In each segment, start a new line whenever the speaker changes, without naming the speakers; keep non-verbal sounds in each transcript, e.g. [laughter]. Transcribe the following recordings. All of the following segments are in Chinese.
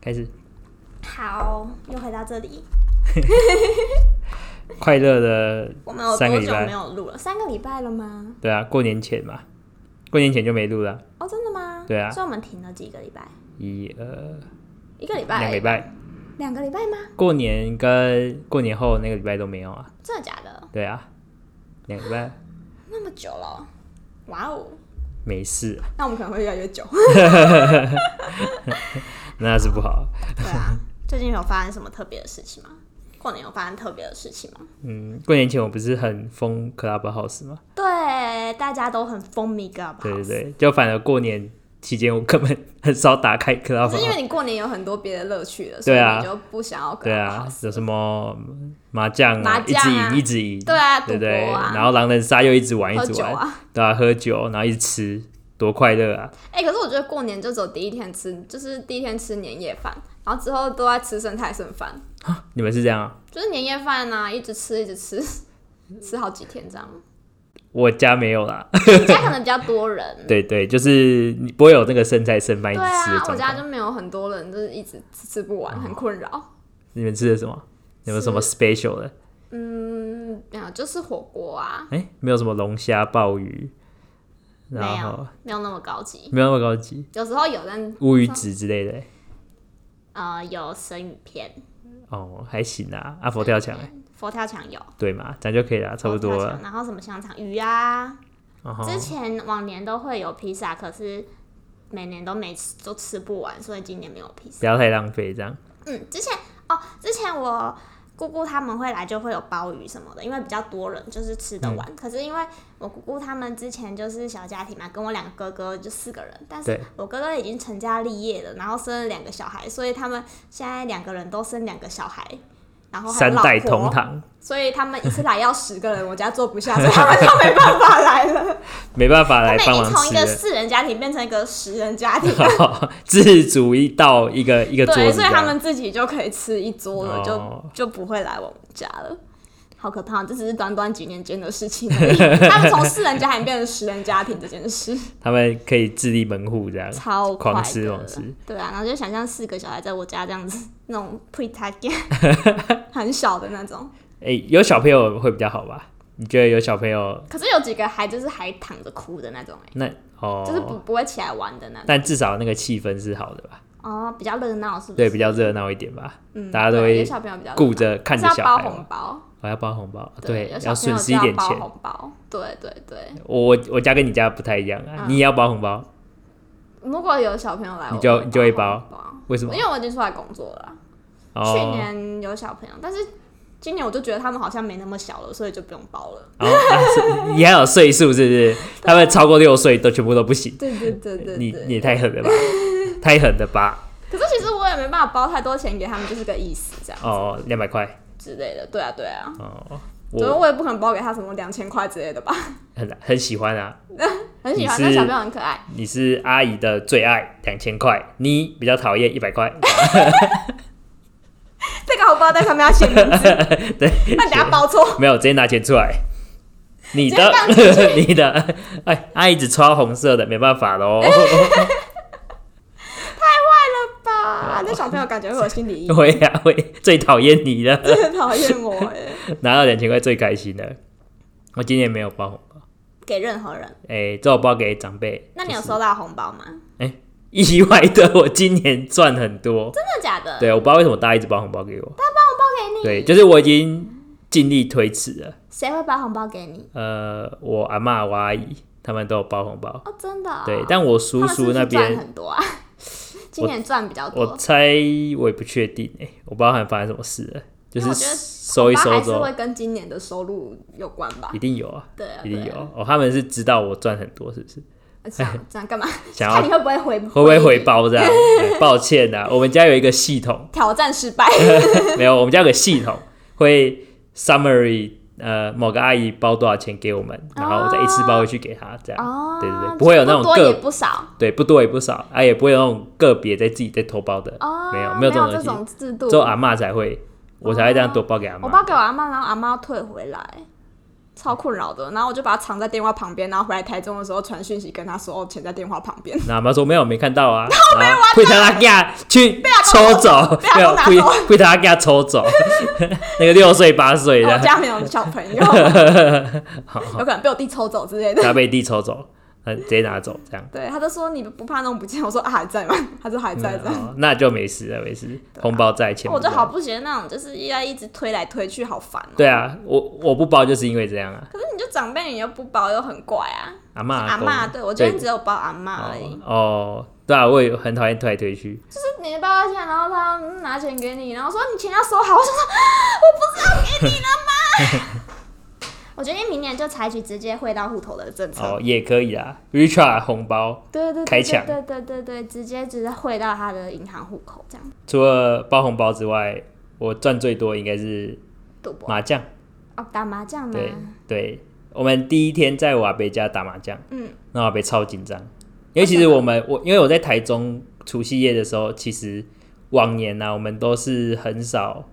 开始。
好，又回到这里。
快乐的
我们有
三个
多
礼
久
拜
没有录了？三个礼拜了吗？
对啊，过年前嘛，过年前就没录了，
哦，真的吗？
对啊
所以我们停了几个礼拜？
一呃
一个礼拜？
两个礼？拜，
两个礼拜吗？
过年跟过年后那个礼拜都没有啊，
真的假的？
对啊，两个礼拜
那么久了哦？哇哦！
没事，
那我们可能会越来
[laughs]
越久。
那是不好。
对啊，最近有发生什么特别的事情吗？过年有发生特别的事情吗？
嗯，过年前我不是很疯 Clubhouse 吗？
对，大家都很风靡 Clubhouse，
对对对，就反而过年期间我根本很少打开
只是因
Clubhouse。
为你过年有很多别的乐趣了，所以
对啊
你就不想要 Clubhouse。
对啊，有什么麻将啊，
麻
一
将
直
啊
赢一直赢，
对啊，赌
对不
博
对？
啊，
然后狼人杀又一直玩一
喝
直
酒
玩，
啊。
对啊，喝酒然后一直吃，多快乐啊！
哎、可是我觉得过年就只有第一天吃，就是第一天吃年夜饭，然后之后都在吃剩菜剩饭，
你们是这样啊？
就是年夜饭呐、一直吃一直吃， [laughs] 吃好几天
[laughs]
这样。
我家没有啦， [laughs]
你家可能比较多人，
对对，就是你不会有那个剩菜剩饭一
对
直吃的
啊，我
状
家
况。
就没有很多人，就是一直吃吃不完，很困扰。
你们吃的什么？有没有什么 special 的？
嗯，没有，就是火锅啊，
哎、没有什么龙虾、鲍鱼，
没
然
有
后，
没有那么高级。
没有那么高级，
有时候有，但
乌鱼子之类的、
嗯呃有生鱼片，
哦，还行啊，阿佛跳墙、欸，
佛跳墙有，
对嘛，咱就可以了，差不多
佛跳墙
了。哦
然后什么香肠鱼啊，
然后
之前往年都会有披萨，可是每年都每次都吃不完，所以今年没有披萨。
不要太浪费，这样
嗯，之前哦，之前我姑姑他们会来，就会有鲍鱼什么的，因为比较多人，就是吃得
嗯
完。可是因为我姑姑他们之前就是小家庭嘛，跟我两个哥哥就四个人，但是
对
我哥哥已经成家立业了，然后生了两个小孩，所以他们现在两个人都生两个小孩。然后还
三
有
代
老
同
婆，
堂，
所以他们一次来要十个人，我家坐不下，所以他们就没办法来了。
没办法来
他
帮
们已
忙
经从
吃 [laughs] 了。，
一个四人家庭变成一个十人家庭
[laughs] 好，哦自主一道一个一个桌
对，
子这
所以他
样，
们自己就可以吃一桌了，
哦
就就不会来我们家了。好可怕！这只是短短几年间的事情
[laughs]
而已。他们从四人家庭变成十人家庭这件事，
他们可以自立门户这样，
超快
狂
的
吃狂吃。
对啊，然后就想象四个小孩在我家这样子，那种
[laughs]
pre t a g 很小的那种。
哎、有小朋友会比较好吧？你觉得有小朋友
可是有几个还就是还躺着哭的那种、欸，
那哦，
就是不不会起来玩的那种。
但至少那个气氛是好的吧？
哦，比较热闹是不是？
对，比较热闹一点吧。
嗯，
大家都
对
会
有小朋友比较热闹
顾着看
是
着
要
小
包
孩
红
嘛，
包。
我要包红包，
有小
要
朋友
损
就
失一点
包
钱。嗯
红包，对对对。
我我我家跟你家不太一样啊，
嗯
你也要包红包，
如果有小朋友来，
你
我
就
会
你就会
包红包，
为什么
因？为我已经出来工作了啊。
哦
去年有小朋友，但是今年我就觉得他们好像没那么小了，所以就不用包了。
然后啊是你还有岁数是不是？他们超过六岁都全部都不行，
对对对对
你
对。
你也太狠了吧，太狠了吧！
可是其实我也没办法包太多钱给他们，就是个意思这样
哦，两百块
之类的。对啊对啊，
哦，
所以
我
我也不可能包给他什么两千块之类的吧。 [laughs]
很很喜欢啊，
很喜欢，
你是
那小朋友很可爱。
你是阿姨的最爱，两千块，你比较讨厌一百
[laughs]
块，
这个红包袋上面要写名
[laughs]
字，
对，
那等下包
[laughs]
错。
没有直接拿钱出来。你
直接
的
放，
[laughs] 你的，哎，阿姨只抽红色的，没办法
[laughs]
喽。
吧，那小朋友感觉会有心理阴
[laughs]
影，
会呀、会，最讨厌你了。
真的讨厌我哎、
拿到两千块最开心的。我今年没有包红包，
[laughs] 给任何人。
哎、这我包给长辈。
那你有
就是
收到红包吗？真
意外的，我今年赚很多。
的假的？
对，我不知道为什么大家一直包红包给我。
包给你，
对，就是我已经尽力推迟了。
谁会包红包给你？
呃，我阿嬷、我阿姨他们都有包红包。
哦，真的、哦。
对，但我叔叔那
他们是不是赚
边，
很
[laughs]
多啊，今年赚比较
我
多。
猜我也不确定哎、我不知道他们发生什么事了，就
因
是
为我觉得
收一
红包
收
还
之
是
后
会，跟今年的收入有关吧
一？定有啊，
对啊，
一定
对
有
啊。
哦。他们是知道我赚很多，是不是？[laughs]
这样这样干嘛？
想要
看你会不会回，
会不会回报这样？哎抱歉啊，我们家有一个系统，
挑战失
[laughs]
败？
没有，我们家有个系统会 summary，呃，某个阿姨包多少钱给我们，然后我再一次包回去给她，这样。
哦，
对对对不会有那种
不多也
个
不少
对，不多也不少，啊，也不会有那种个别在自己在偷包的，
哦，
没有
没
没有这种
这
东西
种制度
只。有阿嬷才会，我才会这样多包给阿
我
嬷。
包给我阿妈，然后阿妈退回来，超困扰的。然后我就把它藏在电话旁边，然后回来台中的时候传讯息跟他说哦，钱在电话旁边。
那妈说没 [laughs] 有，没看到啊，然后被他给去抽走
被，他
没有
拿走
被被他给抽走， [laughs] 哦那个六岁八岁
我
的，
家没有小朋友，
[laughs]
有可能被我弟抽走之类的。
他被弟抽走，呃，直接拿走这样。
对，他就说你不怕弄不见？我说啊还在吗？ [laughs] 他说还在这样。
哦那就没事了，没事，红包在，钱不
我就
在
好不喜欢那种，就是要一直推来推去，好烦哦、
对啊，我我不包就是因为这样啊，
可是你就长辈，你又不包，又很怪啊。
阿妈
阿妈，对我
觉
今
得
天只有包阿妈而已。
哦哦，对啊，我也很讨厌推来推去，
就是你包他钱，然后他嗯拿钱给你，然后说你钱要收好。我想说，我不是要给你了吗？ [laughs] 我决定明年就采取直接汇到户头的政策。
哦也可以啊，Richard 红包
对对对
开抢
对对对对，直接直接汇到他的银行户口这样。
除了包红包之外，我赚最多应该是
赌博
麻将。
哦，打麻将吗？
对对，我们第一天在我阿伯家打麻将，
嗯，
那我阿伯超紧张，因为其实我们我因为我在台中除夕夜的时候，其实往年呢、啊，我们都是很少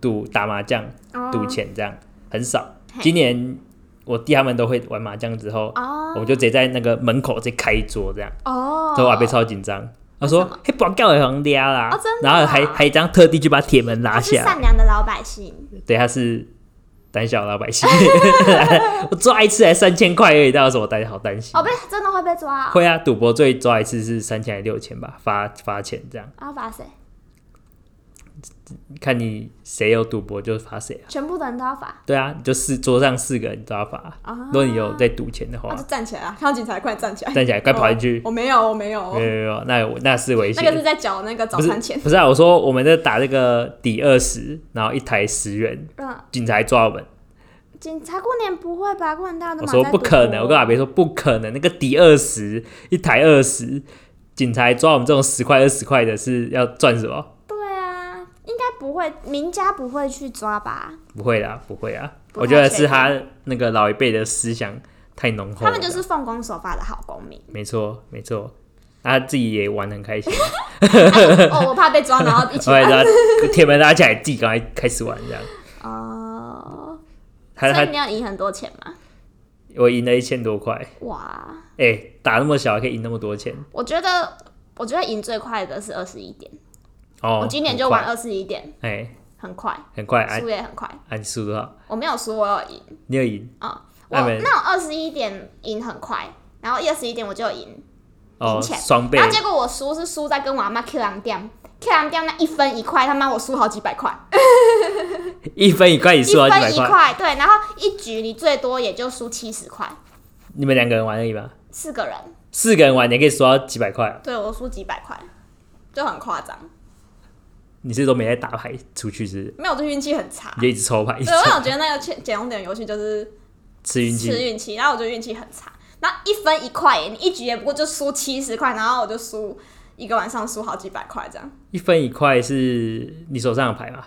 赌打麻将、
哦
赌钱这样，很少。
嘿
今年我弟他们都会玩麻将之后，
哦
我们就直接在那个门口直接开一桌这样，
哦，
所以我阿伯超紧张。他说
为什：“
嘿，广告也行嗲啦，
哦真的
然后
啊
还还一张特地去把铁门
哦他
拉
是
下来。
善良的老百姓。
对，他是胆小老百姓， [laughs] 我抓一次才三千块而已，那有什么担好担心？
哦，被真的会被抓、哦，
会啊，赌博最抓一次是三千还是六千吧，罚罚钱这样，
然后罚谁？
看你谁有赌博就罚谁啊。
全部的人都要罚。
对啊，你就四桌上四个人都要罚。
啊
如果你有在赌钱的
他
话
就，站起来啊！看到警察，快站起来！
站起来快跑进去
我。没有，我没有
没，有没有没有，那我那是危
哦那个是
险。
在缴那个早
不
餐
是
钱。
不是啊，我说我们在打这个底二十，然后一台十元，
嗯，
警察还抓我们。
警察过年不会吧？过年大家都
我
忙
说
在
不
赌
可
博
能，我跟阿北说不可能，那个底二十一台二十，警察抓我们这种十块二十块的是要赚什么？
对啊，应该不会，名家不会去抓吧？
不会啦，不会啊！
不太
我觉得是他那个老一辈的思想太浓厚
他
了。。
们就是奉公守法的好公民
没错没错，他自己也玩得很开心，
哦，我怕被抓，然后一
[laughs]
起
后来
玩。
他铁门拉起来，自己赶快开始玩这样。
哦，
他
所以
他
你要赢很多钱吗？
我赢了一千多块，
哇，
哎、打那么小还可以赢那么多钱
我觉得，我觉得赢最快的是二十一点。
哦！
我今年就
很快
玩，二十一点，
哎、
很快，
很快，啊
输也很快。
啊，你输多少？
我没有输，我有赢。
你有赢
啊、我
那没
那我二十一点赢很快，然后二十一点我就有赢，
哦，
赢钱啊
双倍
然后结果我输是输在跟我阿妈 Q 狼店，Q 狼店那一分一块，他妈我输好几百块，
一分一块，你
一
输了几
分
百
一
块。
块，对，然后一局你最多也就输七十块，
你们两个人玩而已吧，
四个人，
四个人玩你也可以输到几百块啊，
对我输几百块，就很夸张，
你是都没在打牌出去是不是？
没有，我就运气很差
你。就一直抽牌，一直
对，我
抽
有觉得那个捡捡红点游戏就是
[laughs] 吃运
吃
气。
运气，然后我就运气很差，然后一分一块耶，你一局也不过就输七十块，然后我就输一个晚上输好几百块这样。
一分一块是你手上的牌嘛？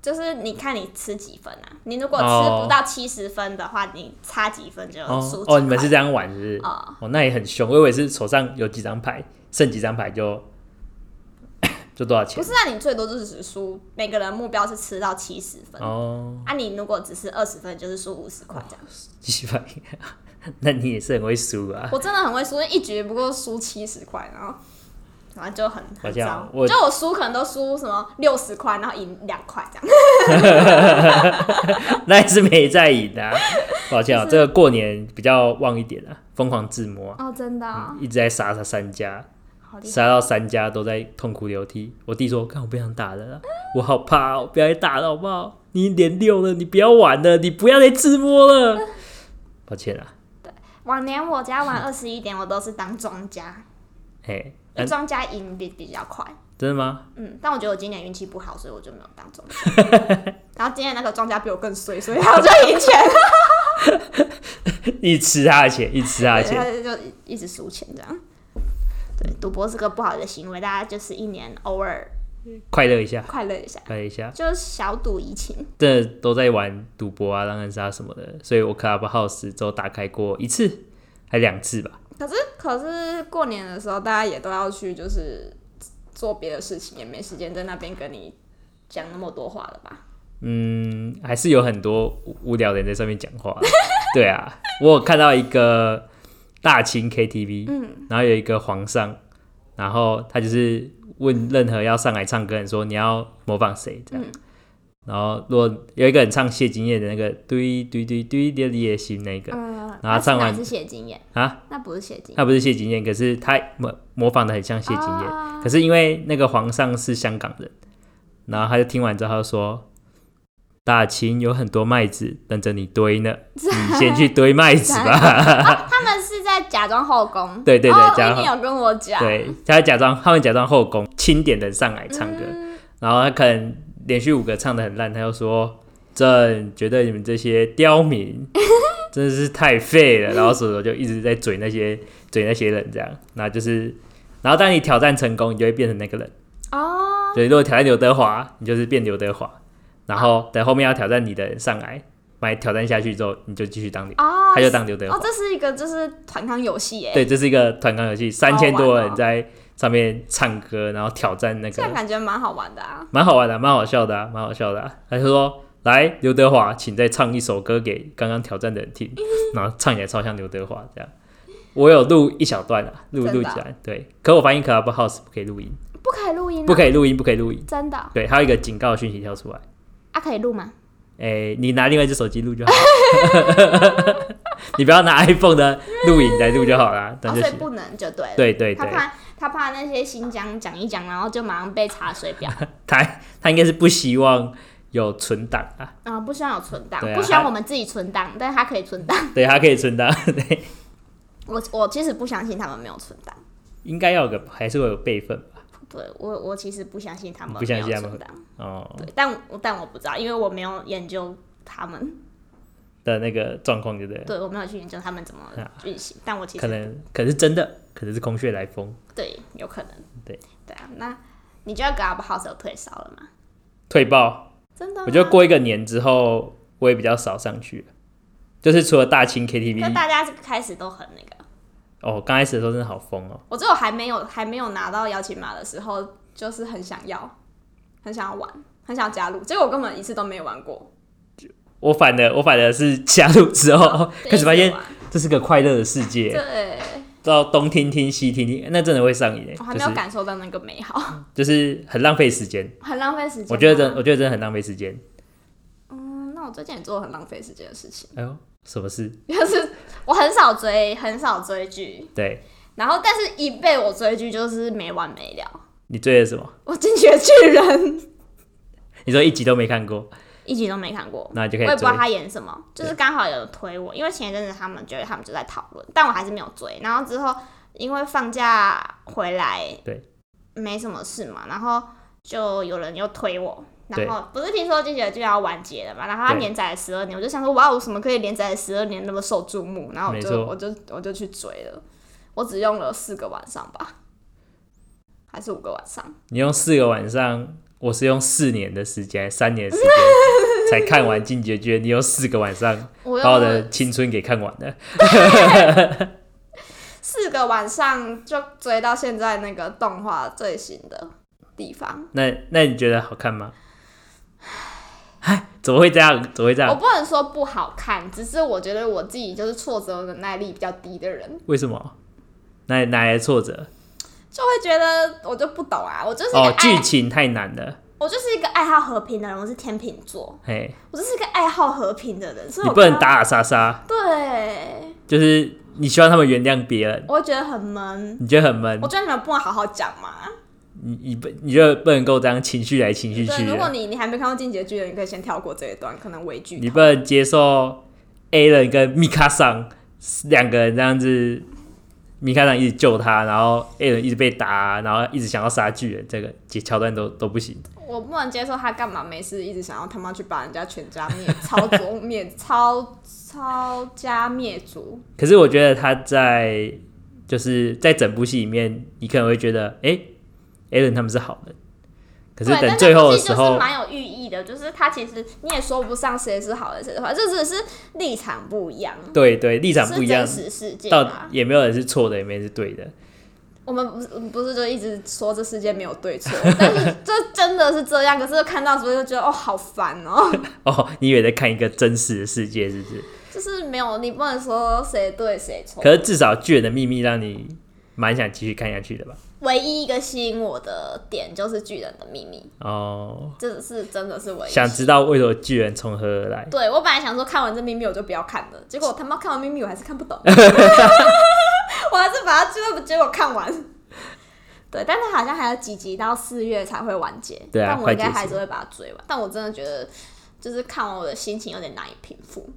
就是你看你吃几分啊？你如果吃不到七十分的话，你差几分就
哦
输几块
哦，你们是这样玩是不是？
哦
哦，那也很凶。我以为是手上有几张牌，剩几张牌就 [coughs] 就多少
不
钱
是啊？你最多就是只输每个人目标是吃到七十分、
哦，
啊。你如果只是二十分，就是输五十块这样。
几百。 [laughs] 那你也是很会输啊！ [laughs]
我真的很会输，一局不过输七十块，然后反正就很
我
很
这样
糟。
我
就我输可能都输什么六十块，然后赢两块这样。
那也是没在赢
[laughs]
的、啊。抱歉啊，这个过年比较旺一点啊，疯狂自摸啊、
哦，真的、哦，
一直在杀杀三家。
好厉害！
杀到三家都在痛哭流涕。我弟说：“看我不想打了啦，我好怕哦，不要再打了好不好？你连六了，你不要玩了，你不要再自摸了。”抱歉啦，
往年我家玩二十一点，我都是当庄家，
嘿，
因
嗯
为庄家赢比比较快。
真的吗？
嗯，但我觉得我今年运气不好，所以我就没有当庄家。 [laughs] 然后今年那个庄家比我更衰，所以他就
[laughs]
赢钱，
一直吃他的钱，一直吃他的
对， [laughs]
钱。
他就一直输钱这样。对，赌博是个不好的行为，大家就是一年偶尔
快乐一下，
快乐一下，
快乐一下。
就是小赌怡情。
真的都在玩赌博啊、狼人杀什么的，所以我 Clubhouse 只有打开过一次，还两次吧。
可是可是过年的时候，大家也都要去就是做别的事情，也没时间在那边跟你讲那么多话了吧？
嗯，还是有很多无无聊的人在上面讲话啊，对啊，我有看到一个大清 KTV，
嗯，
然后有一个皇上，然后他就是问任何要上来唱歌的人说你要模仿谁这样。
嗯
然后，如果有一个人唱谢金燕的那个“对对对对的你的心”那个
嗯，
然后唱完
那是谢金燕，
啊，
那不是谢金
他不是谢金燕，可是他模模仿的很像谢金燕。
哦
可是因为那个皇上是香港人，然后他就听完之后他就说：“大清有很多麦子等着你堆呢，你先去堆麦子吧。
啊， [laughs] 他们是在假装后宫。
对对对
哦
假装
你有跟我”讲，
[laughs] 对，他假装他们假装后宫清点人上来唱歌，
嗯
然后他可能连续五个唱的很烂，他就说：“朕觉得你们这些刁
[laughs]
民真的是太废了。”然后手手就一直在嘴那些嘴那些人这样，那就是，然后当你挑战成功，你就会变成那个人。
哦，
对，如果挑战刘德华，你就是变刘德华，然后等后面要挑战你的人上来，把你挑战下去之后，你就继续当你，
哦，
他就当刘德华
哦，。这是一个就是团康游戏哎，
对，这是一个团康游戏，三千
好
多
玩哦
人在上面唱歌，然后挑战那
这
个
样感觉蛮好玩的啊。
蛮好玩的啊、蛮好笑的、啊，蛮好笑的、啊。他就说：“来，刘德华，请再唱一首歌给刚刚挑战的人听。”
嗯
然后唱起来超像刘德华这样。我有录一小段啊，录
真的
录
啊
起来。对，可我发现 Clubhouse 不可以录音，
不可以录音、啊，
不可以录音，不可以录音。
真的哦
对，还有一个警告讯息跳出来，
啊，可以录吗？
哎、你拿另外一只手机录就好了，
[laughs]
你不要拿 iPhone 的录影来录就好啦，那
哦，
就
所以
行。
不能就对了。
对对
他
对，
怕他怕那些新疆讲一讲，然后就马上被查水表，
他他应该是不希望有存档啊。
啊、不希望有存档，
对啊
不希望我们自己存档，但是他可以存档。
对，它可以存档，对，
我我其实不相信他们没有存档，
应该要有个还是会有备份吧。
对我我其实不相信他们
不
没
相信
有
他们
存档，
哦
对，但我但我不知道，因为我没有研究他们，
的那个状况，对不对？
对我没有去研究他们怎么
啊
运行，但我其
可
实
能可能是真的，可能是空穴来风，
对有可能，
对
对啊，那你觉得 Clubhouse 有退烧了吗？
退报。
真的吗？
我觉得过一个年之后，我也比较少上去了，就是除了大清
就
KTV，
大家开始都很那个。
哦，刚开始的时候真的好疯哦。
我只有还没有还没有拿到邀请码的时候，就是很想要，很想要玩，很想要加入，结果我根本一次都没有玩过。
我反的，我反的是加入之后
对
哦 [laughs] 开始发
哦一直
现
玩
这是个快乐的世界，
对，
到东听听西听听，那真的会上瘾欸
我还
就
没有
是
感受到那个美好，
就是很浪费时间。
很浪费时间啊。
我觉得真，我觉得真的很浪费时间。
嗯，那我最近也做了很浪费时间的事情，
哎呦，什么事？
[laughs] 就是我很少追，很少追剧，
对
然后但是一被我追剧就是没完没了。
你追了什么？
我进去的巨人 [laughs]
你说一集都没看过，
一集都没看过。
那你就
我
可
也不
以
知
追
道。他演什么，就是刚好有人推我，因为前一阵子他们觉得他们就在讨论，但我还是没有追。然后之后因为放假回来，
对，
没什么事嘛，然后就有人又推我。
对
然后不是听说这集就要完结了嘛，然后它
对
连载了十二年，我就想说哇，我什么可以连载了十二年那么受注目？然后我
没
就
错
我就我就去追了，我只用了四个晚上吧，还是五个晚上？
你用四个晚上，我是用四年的时间，三年的时间才看完《进阶卷》。你用四个晚上
我
把我
用
的
了
青春给看完了。
四个晚上就追到现在那个动画最新的地方。
那那你觉得好看吗？哎，怎么会这样？怎么会这
我
样？
不能说不好看，只是我觉得我自己就是挫折忍耐力比较低的人，
为什么？哪哪来的挫折？
就会觉得我就不懂啊，我就是一个
哦，
爱，
剧情太难了。
我就是一个爱好和平的人，我是天秤座，
嘿，
我就是一个爱好和平的人，所以
你
我
不能
看到
打打杀杀，
对，
就是你希望他们原谅别人，
我会觉得很闷。
你觉得很闷
我，觉得你们不能好好讲嘛。
你你不你就不能够这样情绪来情绪去啊
对，如果
的，
你你还没看过《进击的巨人》，你可以先跳过这一段，可能微剧
你不能接受 A 人跟米卡桑两个人这样子，米卡桑一直救他，然后 A 人一直被打，然后一直想要杀巨人，这个几桥段都都不行。
我不能接受他干嘛没事一直想要他妈去把人家全家灭，操作灭，操操家灭族。
可是我觉得他在就是在整部戏里面，你可能会觉得，哎、a 人他们是好人，可是
对，
等
但
最后的
这部
时
戏就是
候，
蛮有寓意的，就是他其实你也说不上谁是好人谁是坏，这只是立场不一样，
对对，立场不一样，
是真实啊世界
到
啦。
也没有人是错的，也没有人是对的。
我们不是不是就一直说这世界没有
[laughs]
对错，但是这真的是这样，可是看到时候就觉得哦好烦哦。 [laughs]
哦，你以为在看一个真实的世界是不是？
就是没有，你不能说谁对谁错。
可是至少《巨人的秘密》让你蛮想继续看下去的吧？
唯一一个吸引我的点就是巨人的秘密，
哦，
这是真的是唯一。
想知道为什么巨人从何而来？
对我本来想说看完这秘密我就不要看了，结果他妈看完秘密我还是看不
[laughs]
懂，我还是把它最后结果看完。对，但它好像还有几集到四月才会完结，
对啊
但我应
快
该
结束
还是会把它追完。但我真的觉得，就是看完我的心情有点难以平复。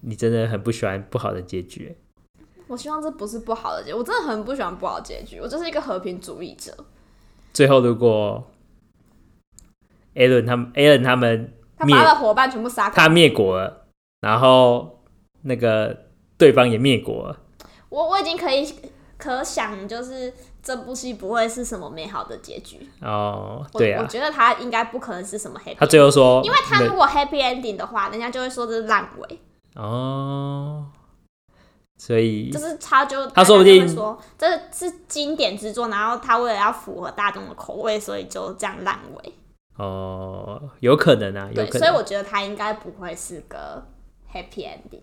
你真的很不喜欢不好的结局欸，
我希望这不是不好的结局，我真的很不喜欢不好的结局，我就是一个和平主义者。
最后如果 Alan 他们 Alan 他们
他
灭
把他的伙伴全部杀光，
他灭国了，然后那个对方也灭国了，
我我已经可以可想，就是这部戏不会是什么美好的结局。
哦，
我
对
我
啊，
觉得他应该不可能是什么 happy，
他最后说
ending，因为他
人
如果 happy ending 的话，人家就会说这是烂尾，
嗯哦，所以
就是他就
他说不定
大家就会说这是经典之作，然后他为了要符合大众的口味，所以就这样烂尾。
哦，有可能啊，有
对，
可
所以
能，
我觉得他应该不会是个 happy ending，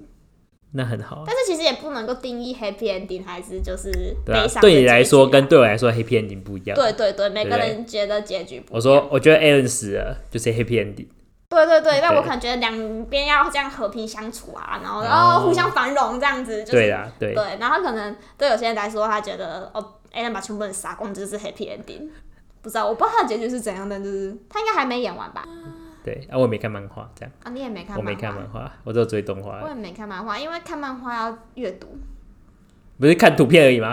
那很好啊。
但是其实也不能够定义 happy ending 还是就是
对啊
悲，伤的结局啊、
对你来说跟对我来说，Happy Ending 不一样。
对对对，每个
对
人觉得结局不
我
一样
说，我觉得 Alan 死了就是 Happy Ending，
对对对，但我
对
可能觉得两边要这样和平相处啊，然后
哦
然后互相繁荣这样子，就是
对啦，对，
对，然后可能对有些人来说，他觉得哦，Alan 把全部人杀光，这就是 happy ending。不知道，我不知道他的结局是怎样的，就是他应该还没演完吧？
对，啊，我也没看漫画，这样
啊，你也没看
我
漫画，
没看漫画，我只有追动
我
画，
也没看漫画，因为看漫画要阅读。
不是看图片而已
[laughs]
吗？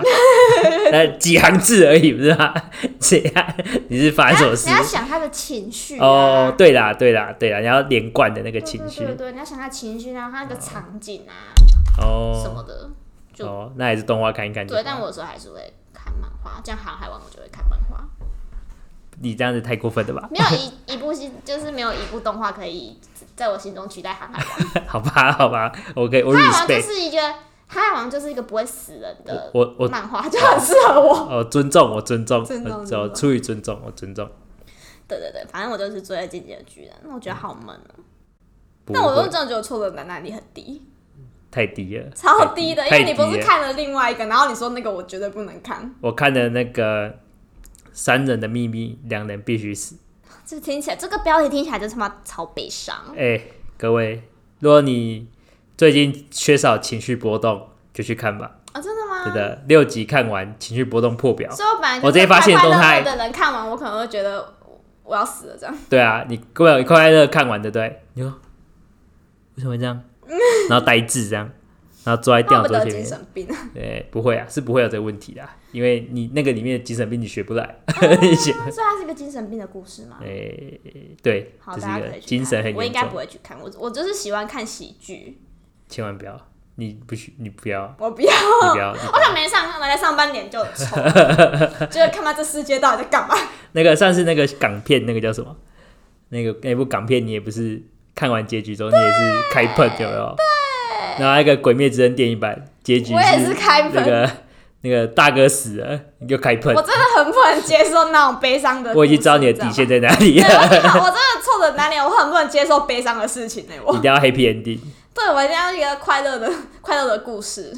那几行字而已，不是吗？ [laughs] 这样你是发生什么事
啊你？要想他的情绪啊
哦，对啦，对啦，对啦，你要连贯的那个
对
情绪
对对对，你要想他的情绪，然后他那个场景啊、什
哦
么的。就
哦，那还是动画看一看就好。
对，但我有时候还是会看漫画，这样《航海王》我就会看漫画。
你这样子太过分了吧？ [laughs]
没有一一部戏，就是没有一部动画可以在我心中取代《航海王
好吧，好吧，我可以，我》。
《航海王》就
[laughs] respect，
是一个，《航海王》就是一个不会死人的
我我
漫画，就很适合我。
哦，尊重，我尊重，
尊重
我
尊重
出于尊重，我尊重。
对对对，反正我就是追了《进击的巨人》，那我觉得好闷哦、
嗯不
但我
会
又真的觉得我挫折感能力很低，
太低了，
超低的，因
太
为你不
低
是
了
看了另外一个，然后你说那个我绝对不能看，
我看的那个《三人的秘密》，两人必须死。
就听起来这个标题听起来就他妈超悲伤。
哎、各位，如果你最近缺少情绪波动，就去看吧，
啊、真的吗？
真的六集看完，情绪波动破表。
所以我本来就
我直接
是
发现
快快
动态
乐乐的人看完，我可能会觉得我我要死了这样。
对啊，你各位快快乐乐看完，对不对？你说为什么会这
[laughs]
样？然后呆滞这样，然后坐在
那
电脑
我不
桌
得
前
精
面。
神
[laughs]
病？
哎、不会啊，是不会有这个问题的，啊因为你那个里面的精神病你学不来，
[laughs]
你学。
所以它是一个精神病的故事吗？
哎、对，
好，
这是
大
一
家
个
可以去
精神
看
很
我
严
应该不
重，
会去看，我我就是喜欢看喜剧，
千万不要，你不许，你不要，
我不要，
你不要，你
我想没上班，来上班脸就
[laughs]
很臭，就是看看这世界到底在干嘛。
那个上次那个港片那个叫什么？那个那部港片你也不是看完结局之后你也是开喷有没有？对。然后那个《鬼灭之刃》电影版结局
我也是开喷
那个那个大哥死了你就开喷
我，真的很不能接受那种悲伤的故事。
我已经知道你的底线在哪里
你知道
了，
吗。对，我真的我真的挫折难脸，我很不能接受悲伤的事情呢、
[laughs] 一
我
定要 happy ending。
对我一定要一个快乐的 [laughs] 快乐的故事。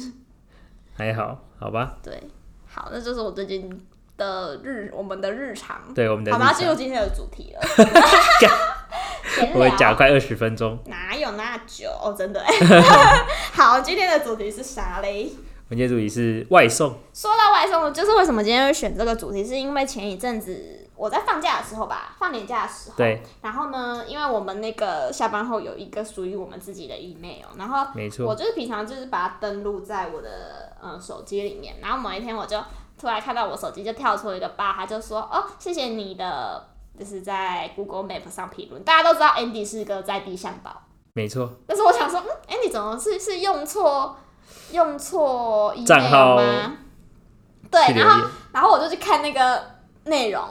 还好，好吧？
对，好，那就是我最近的日我们的日常。
对我们的
好，
日
我们要进入
常，
今天的主题了
[laughs] 干。
闲
我们
聊
讲快二十分钟。
哪有那久？哦，真的欸。 [laughs] 好，今天的主题是啥嘞？
我们今天主题是外送，
说到外送，就是为什么今天会选这个主题，是因为前一阵子我在放假的时候吧，放年假的时候，
对，
然后呢，因为我们那个下班后有一个属于我们自己的 email，然后
[laughs] 没
我
错，
就是平常就是把它登录在我的呃手机里面，然后某一天我就突然看到我手机就跳出一个 bar，他就说哦，谢谢你的，就是在 Google Map 上评论。大家都知道 Andy 是个在地向导，
没错， [laughs]
但是我想说，嗯，Andy 怎么是是用错用错 email
账号
吗？
去
对，
留
然后
言，
然后我就去看那个内容。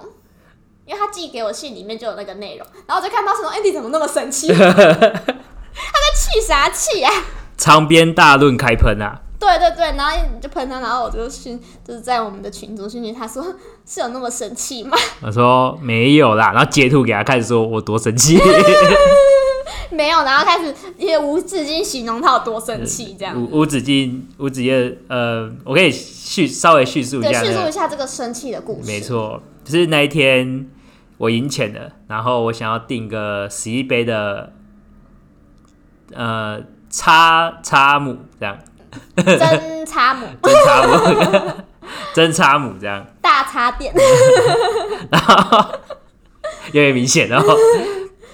因为他寄给我信里面就有那个内容，然后我就看到说 Andy 怎么那么生气？他在气啥气呀、
长篇大论开喷啊！
对对对，然后你就喷他，然后我就训，就是在我们的群组训练他说是有那么生气吗？
我说没有啦，然后截图给他看，说我多生气。
没有，然后开始也无止境形容他有多生气，这样。
无无止境无止境，呃，我可以叙稍微叙述一
对，
下、那
叙述
个
一下这个生气的故事。
没，错，就是那一天我赢钱了，然后我想要订个十一杯的，呃，叉叉姆这样，
真插母
真叉 [laughs] 姆，真叉姆这样，
大插电，
然后有点明显哦，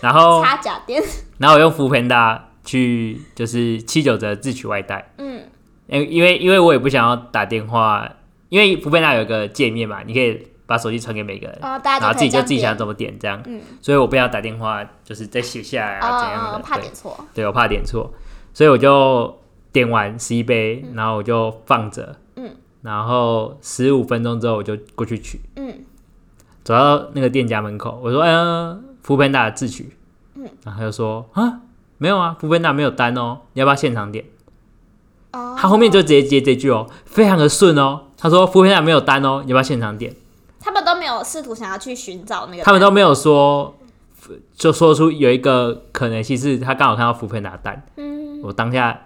然后
插假电。
然后我用福平达去就是七九折自取外带，
嗯，
因因为因为我也不想要打电话，因为福平达有一个界面嘛，你可以把手机传给每个人，
哦，
然
大
后
家
自己
就
就
可以
自己
这样
想怎么点这样，
嗯
所以我不想打电话，就是再写下来
点
啊、怎
哦
样
哦
的，
哦怕
对
点错。
对我怕点错，所以我就点完十一杯，然后我就放着，
嗯，
然后十五分钟之后我就过去取，
嗯，
走到那个店家门口，我说：“嗯、呃，福本达自取。”
嗯，
然后他就说：“啊，没有啊，福本达没有单哦，你要不要现场点？”
哦，
他后面就直接接这句哦，非常的顺哦。他说：“福本达没有单哦，你要不要现场点
他们都没有试图想要去寻找那？”个，
他们都没有说，就说出有一个可能性是他刚好看到福本达单。
嗯，
我当下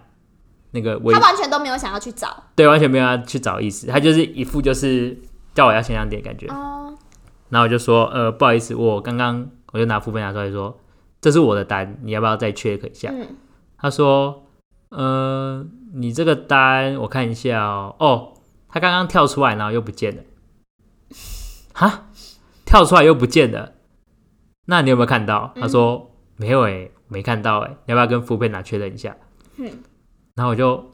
那个我
他完全都没有想要去找
对完全没有要去找意思，他就是一副就是叫我要现场点的感觉。
哦，
然后我就说，呃，不好意思，我刚刚我就拿副本拿出来说，这是我的单，你要不要再 check 一下？
嗯，
他说，呃，你这个单我看一下哦，哦，他刚刚跳出来，然后又不见了，哈，跳出来又不见了，那你有没有看到？他说、没有诶、欸没看到诶、你要不要跟副本拿确认一下？
嗯
然后我就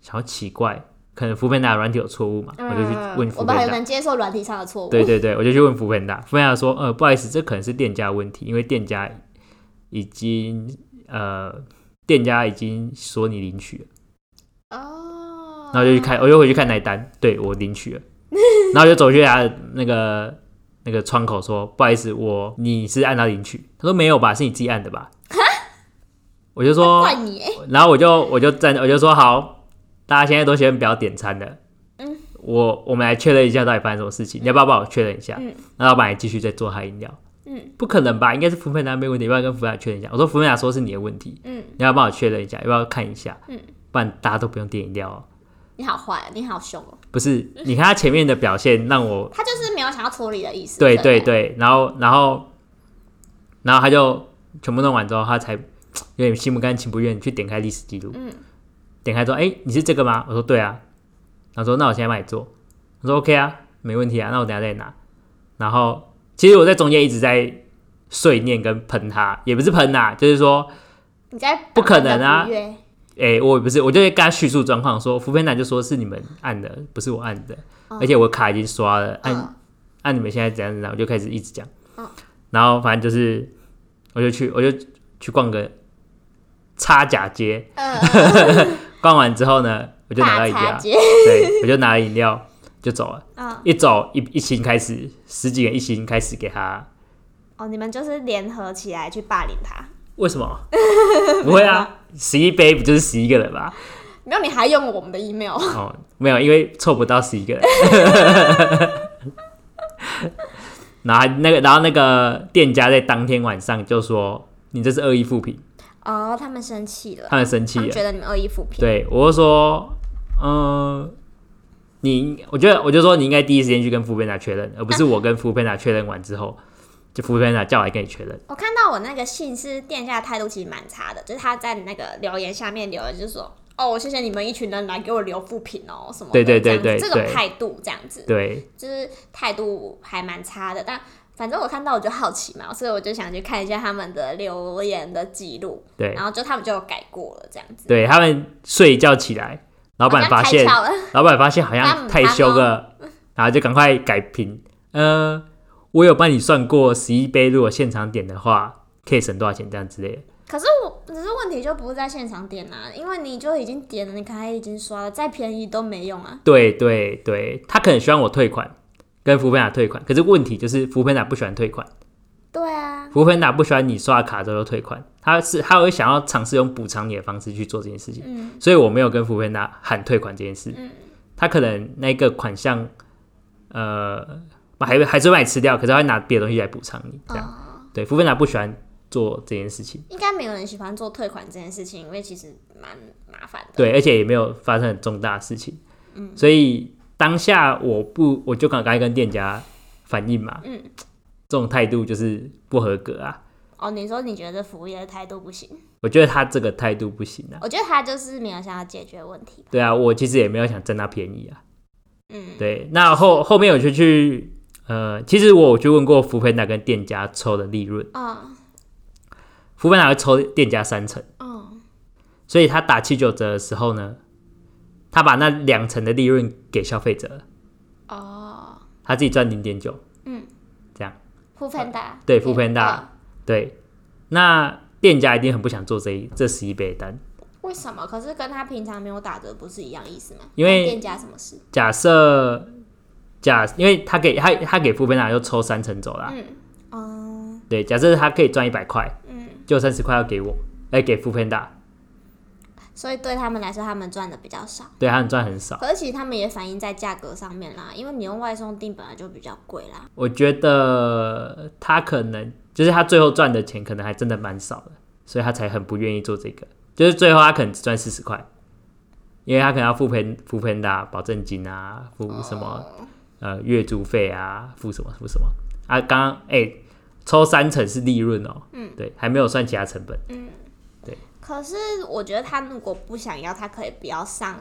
想要奇怪，可能副本拿软体有错误嘛，
嗯
我就去问
我
副
们
本
很
拿。
能接受软体上的错误，
对对对，我就去问福本达，福本达说，呃，不好意思，这可能是店家问题，因为店家已经呃，店家已经说你领取了，
哦，
然后就去看，我就回去看那一单，对我领取了，然后我就走去他的那个那个窗口说，不好意思，我你是按他领取，他说没有吧，是你自己按的吧？我就说，
怪你哎耶，
然后我就我就站，我就说好，大家现在都先不要点餐了。
嗯，
我我们来确认一下到底发生什么事情，你要不要帮我确认一下？
嗯，
那老板也继续在做他饮料。
嗯
不可能吧？应该是福佩达没问题，要不要跟福佩达确认一下？我说福佩达说是你的问题，
嗯，
你要帮我确认一下，要不要看一下？
嗯，
不然大家都不用点饮料哦。
你好坏，你好凶哦，
不是，你看他前面的表现让我
他就是没有想要处理的意思，
对
不
对，对，然后然后然后他就全部弄完之后，他才有点心不甘情不愿去点开历史记录，
嗯，
点开说，哎、你是这个吗？我说对啊，他说那我现在帮你做，我说 OK 啊，没问题啊，那我等一下再拿。然后其实我在中间一直在碎念跟喷他，也不是喷啊，就是说，
你在
不可能啊
不悦
哎、我也不是，我就会跟他叙述状况，说福佩男就说是你们按的，不是我按的，而且我卡已经刷了，按 [laughs]
嗯
那、啊你们现在怎样怎样，我就开始一直讲。
嗯
然后反正就是，我就去，我就去逛个插甲街，
嗯，
逛完之后呢，我就拿到
大
饮
察
料，
觉，
对，我就拿了饮料就走了。
嗯，
一走一一星开始，十几个一星开始给他，
哦，你们就是联合起来去霸凌他，
为什么？ [laughs] 不会啊，十一杯不就是十一个人吗？
没有，你还用我们的 email，
哦，没有，因为凑不到十一个人。 [laughs] 然后还那个，然后那个店家在当天晚上就说：“你这是恶意复评。”
哦，他们生气了，
他们生气
他们
了。
觉得你们恶意扶贫，
对，我就说，嗯、你，我觉得，我就说你应该第一时间去跟副班长确认，而不是我跟副班长确认完之后，就副班长叫我来跟你确认。
我看到我那个信是店家的态度其实蛮差的，就是他在那个留言下面留言就是说，哦，我谢谢你们一群人来给我留负评哦什么的，
对对对
这样
对
子这
对
种态度这样子，
对，
就是态度还蛮差的，但。反正我看到我就好奇嘛，所以我就想去看一下他们的留言的记录，
对
然，后就他们就有改过了这样子。
对，他们睡一觉起来，老板发现，
好像开窍了，
老板发现好像太凶了，然后就赶快改评。呃，我有帮你算过，十一杯如果现场点的话，可以省多少钱，这样之类的。
可是我只是问题就不是在现场点啊，因为你就已经点了，你刚才已经刷了，再便宜都没用啊。
对对对，他可能希望我退款，跟福班长退款，可是问题就是福班长不喜欢退款。
对啊，
福芬达不喜欢你刷卡之后就退款，他是他会想要尝试用补偿你的方式去做这件事情，
嗯
所以我没有跟福芬达喊退款这件事。
嗯
他可能那个款项，呃，还还是会把你吃掉，可是他会拿别的东西来补偿你，这样。
哦
对，福芬达不喜欢做这件事情。
应该没有人喜欢做退款这件事情，因为其实蛮麻烦的。
对，而且也没有发生很重大的事情。嗯，所以当下我不，我就赶快跟店家反映嘛。
嗯，
这种态度就是不合格啊！
哦，你说你觉得服务业的态度不行？
我觉得他这个态度不行啊。
我觉得他就是没有想要解决问题。
对啊，我其实也没有想占他便宜啊。
嗯，
对，那后后面我就去，呃，其实我有去问过福培达跟店家抽的利润，
嗯
福培达会抽店家三成，
嗯，
所以他打七九折的时候呢，他把那两成的利润给消费者了，
哦，
他自己赚零点九，
嗯，
这样
富芬达，
呃对福培
嗯
达，
呃
对，那店家一定很不想做这一这十一倍的单，
嗯为什么？可是跟他平常没有打折不是一样意思吗？
因为
关店家什么事？
假设假，因为他给他他给福培达就抽三成走啦，
嗯嗯
对，假设他可以赚一百块，
嗯，
就三十块要给我，哎、给福培达。
所以对他们来说，他们赚的比较少。
对他很赚很少。
可是其实他们也反映在价格上面啦，因为你用外送订本来就比较贵啦。
我觉得他可能就是他最后赚的钱可能还真的蛮少的，所以他才很不愿意做这个。就是最后他可能只赚四十块，因为他可能要付陪付陪打保证金啊，付什么、呃月租费啊，付什么付什么啊。刚刚哎抽三成是利润哦，嗯，对，还没有算其他成本。
可是我觉得他如果不想要，他可以不要上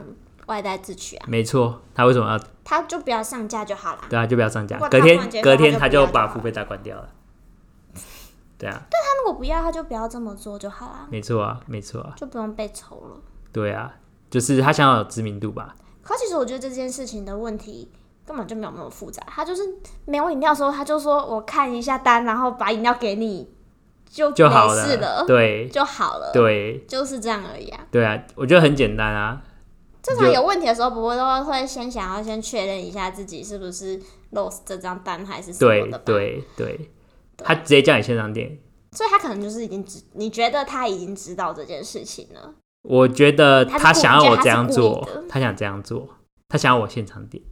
外带自取啊，
没错，他为什么要
他就不要上架就好啦。
对啊就不要上架？
如果
隔
他
天
突然间
隔
说他
天他
就不要
就
就
把
好
付费打关掉了。对啊，
他如果不要，他就不要这么做就好啦，
没错啊，没错啊。
就不用被抽了。
对啊，就是他想要有知名度吧？
可其实我觉得这件事情的问题根本就没有那么复杂，他就是没有饮料的时候，他就说我看一下单，然后把饮料给你，就
就好
没事了，
对
就好了，
对
就是这样而已啊。
对啊，我觉得很简单啊。
正常有问题的时候，不会都会先想要先确认一下自己是不是 lost 这张单还是什么
对
的吧。
对对，他直接叫你线上店，
所以他可能就是已经知，你觉得他已经知道这件事情了，
我觉得
他是
他
故
想要
意觉
我
得
这
他是
样
故意
做
的，
他想这样做，他想要我现场点，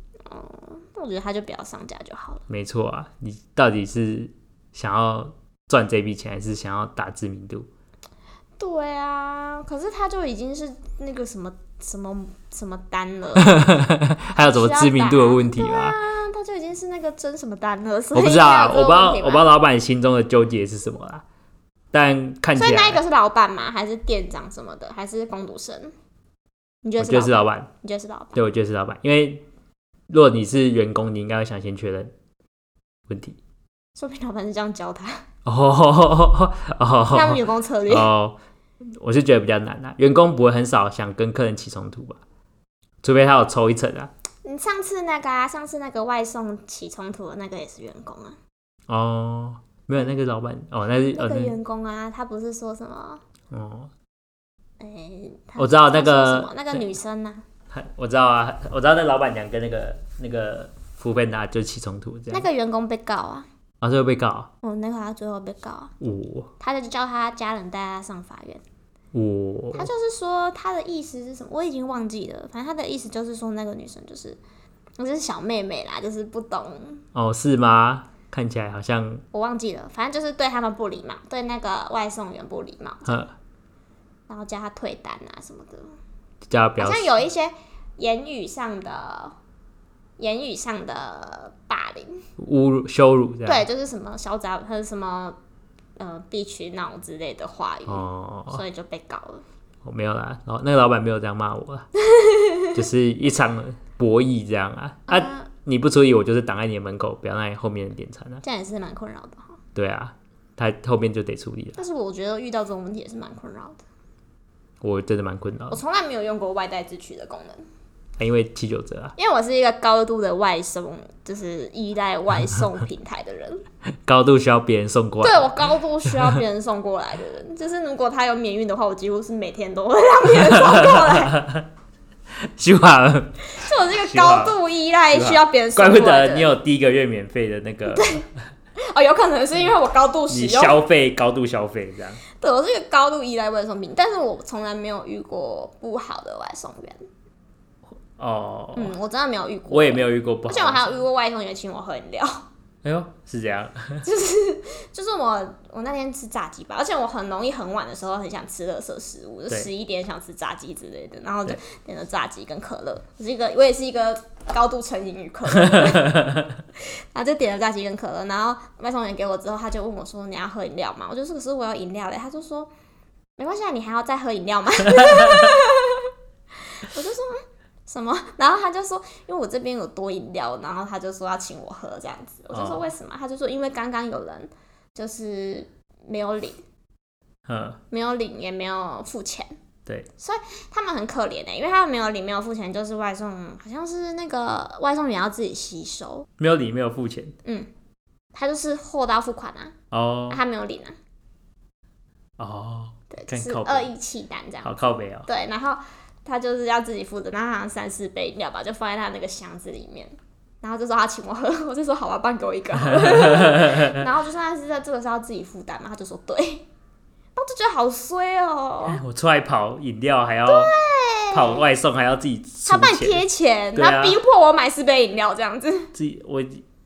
那我觉得他就不要上架就好了。
没错啊。你到底是想要赚这笔钱，还是想要打知名度？ [laughs]
对啊，可是他就已经是那个什么什么什么单了，
还有什么知名度的问题吗？
啊，他就已经是那个真什么单了，所以
我不知道啊，
应该
我
有
不知
这个
道，
问题
我
吧
不知道。老板心中的纠结是什么啦。但看起
所以那一
来，
个是老板吗？还是店长什么的？还是工读生？你觉
我
得
觉
是
得
老
是
板？
老板。
你觉得是老板？
对，我觉得是老板，因为如果你是员工，你应该会想先确认问题。
说不定老板是这样教
[laughs]
他，
哦哦
[laughs] 他们
哦
员工策略。
哦，我是觉得比较难啊。员工不会很少想跟客人起冲突吧？除非他有抽一层啊。
你上次那个啊，上次那个外送起冲突的那个也是员工啊，
哦，没有那个老板哦，那是
那
哦
个
那
员工啊，他不是说什么？
哦，
哎、他
我知道那
他说什
个
么那个女生呢、
我知道啊，我知道那老板娘跟那个那个福贝达就是起冲突这
那
样，
个员工被告啊，
然后就被告
哦，那个他最后被告啊，
我
他就叫他家人带他上法院。
我
他就是说他的意思是什么，我已经忘记了，反正他的意思就是说那个女生就是，就是小妹妹啦，就是不懂，
哦是吗？看起来好像
我忘记了，反正就是对他们不礼貌，对那个外送员不礼貌，
呃，
然后叫他退单啊什么的，
叫他不要
好像有一些言语上的。言语上的霸凌，
侮辱羞辱这样。
对，就是什么小杂还是什么呃必须闹之类的话语，
哦，
所以就被告了。
我没有啦，然后那个老板没有这样骂我啦，啊就是一场博弈这样啊啊！
啊，
你不处理，我就是挡在你的门口，不要让你后面人点餐啊。
这样也是蛮困扰的哈。
对啊，他后面就得处理了，
但是我觉得遇到这种问题也是蛮困扰的。
我真的蛮困扰
我
的，
从来没有用过外带自取的功能，
啊因为七九折啊，
因为我是一个高度的外送，就是依赖外送平台
[laughs]
的人。
高度需要别人送过
对
来，
我高度需要别人送过来的人，就是如果他有免运的话，我几乎是每天都会让别人送过
[laughs]
来。
希望
所以我是一个高度依赖需要别人送
怪不
过来的
得你
人。
有第一个月免费的那个，
哦，有可能是因为我高度使
你
用，
消费高度消费这样。
对我是一个高度依赖外送平台，但是我从来没有遇过不好的外送员。
哦，
嗯，我真的没有遇过，
我也没有遇过不好
而
的，
且我还有遇过外送员请我喝饮料，
哎呦，是这样，
就是我我那天吃炸鸡吧，而且我很容易很晚的时候很想吃垃圾食物，就
对
十一点想吃炸鸡之类的，然后就
对
点了炸鸡跟可乐。我是一个我也是一个高度成瘾于可乐的人， [laughs] 然后就点了炸鸡跟可乐。然后外送员给我之后，他就问我说：“你要喝饮料吗？”我就说：“可是我有饮料嘞。”他就说：“没关系，啊，你还要再喝饮料吗？” [laughs] 我就说。嗯什么？然后他就说，因为我这边有多饮料，然后他就说要请我喝这样子。我就说
哦
为什么？他就说因为刚刚有人就是没有领，
嗯，
没有领也没有付钱。
对，
所以他们很可怜的、欸因为他们没有领，没有付钱，就是外送，好像是那个外送员要自己吸收，
没有理没有付钱
他就是货到付款啊，
哦
他没有领啊，
哦，
对，就
看
是
靠谱
恶意弃单这样，
好靠北哦，
对，然后他就是要自己负责，然后好像三四杯饮料吧，就放在他那个箱子里面。然后就说他请我喝，我就说好吧，啊帮你给我一个好了。
[laughs]
然后就说他是在这个是要自己负担嘛，他就说对。 [laughs] 然后就觉得好衰哦、
哎我出来跑饮料还要跑外送还要自己出
他帮你
钱，
贴钱，
对啊
他逼迫我买四杯饮料这
[laughs]
样子。
自己我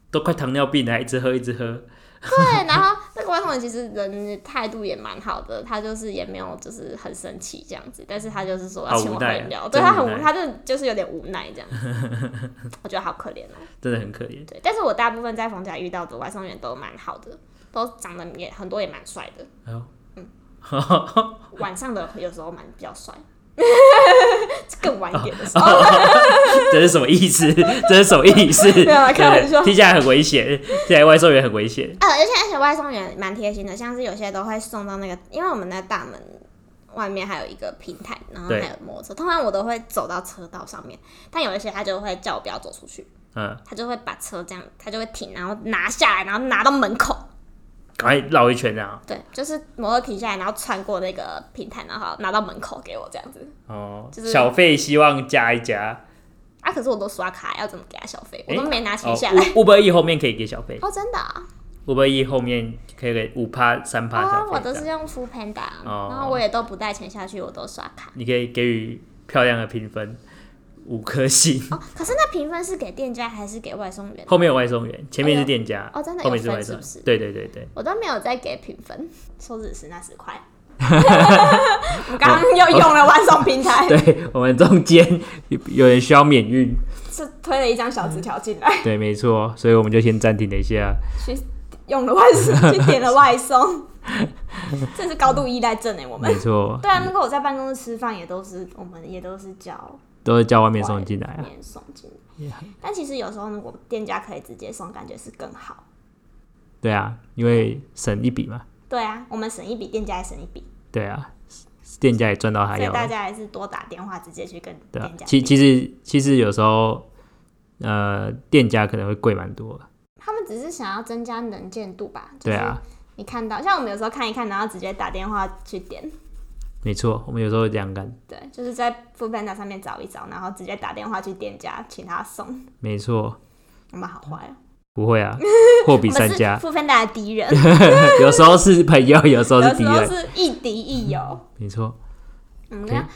都快糖尿病了，还一直喝一直喝，
对，然后那个外送员其实人态度也蛮好的，他就是也没有就是很生气这样子，但是他就是说要
好
请我
无
喝
奈啊
饮料，对
真
他
无
很无，
奈
他就就是有点无奈这样 [laughs] 子，我觉得好可怜哦、
真的很可怜。
对，但是我大部分在逢甲遇到的外送员都蛮好的，都长得也很多也蛮帅的，
哎呦，
晚上的有时候蛮比较帅。 [laughs] 更晚一点的时候，
[laughs] 这是什么意思？这是什么意思？
没有啦开玩笑
听起来很危险，听起来外送员很危险。
呃，而且而且外送员蛮贴心的，像是有些都会送到那个，因为我们那大门外面还有一个平台，然后还
对
有摩托车，通常我都会走到车道上面，但有一些他就会叫我不要走出去，
嗯，
他就会把车这样，他就会停，然后拿下来，然后拿到门口，
赶快绕一圈啊！
对，就是摩托停下来，然后穿过那个平台，然后拿到门口给我这样子。
哦，
就是
小费希望加一加。
啊，可是我都刷卡，要怎么给他小费？我都
诶
没拿钱
哦
下来。 [laughs]
五五百亿后面可以给小费，
哦，真的啊、
五百亿后面可以给五趴、三趴小
哦
费。，
我都是
这样
用 f o o Panda，、
哦
然后我也都不带钱下去，我都刷卡。
你可以给予漂亮的评分，五颗星。 [laughs]
哦，可是那评分是给店家还是给外送员？
后面有外送员，前面是店家，
哦真的有
后面是外
分是
送
不
员。
是
对对对对， [laughs]
我都没有再给评分，说只是那十块。我刚刚又用了万送平
[laughs]
台，
对我们中间有有人需要免运，
是推了一张小纸条进来，
对，没错，所以我们就先暂停了一下。
去用了外送，去点了
[laughs]
外送，这是高度依赖症哎，我们
没。
[laughs]
错，
对啊，那个我在办公室吃饭也都是，我们也都是叫
都是叫外面送进来啊。
面送进来。但其实有时候如果店家可以直接送，感觉是更好。
对啊，因为省一笔嘛。
对啊，我们省一笔，店家也省一笔，
对啊，店家也赚到还
所以
要。
大家还是多打电话直接去跟
哎对啊
店家，
其
订。
其实其实有时候，呃，店家可能会贵蛮多的。
他们只是想要增加能见度吧？就
对
是、
啊，，
你看到像我们有时候看一看，然后直接打电话去点，
没错，我们有时候会这样干。
对，就是在 f o o p a n d a 上面找一找，然后直接打电话去店家请他送，
没错，
我们好坏哦，
不会
[laughs]
啊，货比
我们
三
是
家，
f o o p a n d a 的敌
[laughs]
人，
有时候是朋友，有时候
有
是敌
时候
人。
是亦敌
[laughs]
亦友。
没错，
嗯，
对
那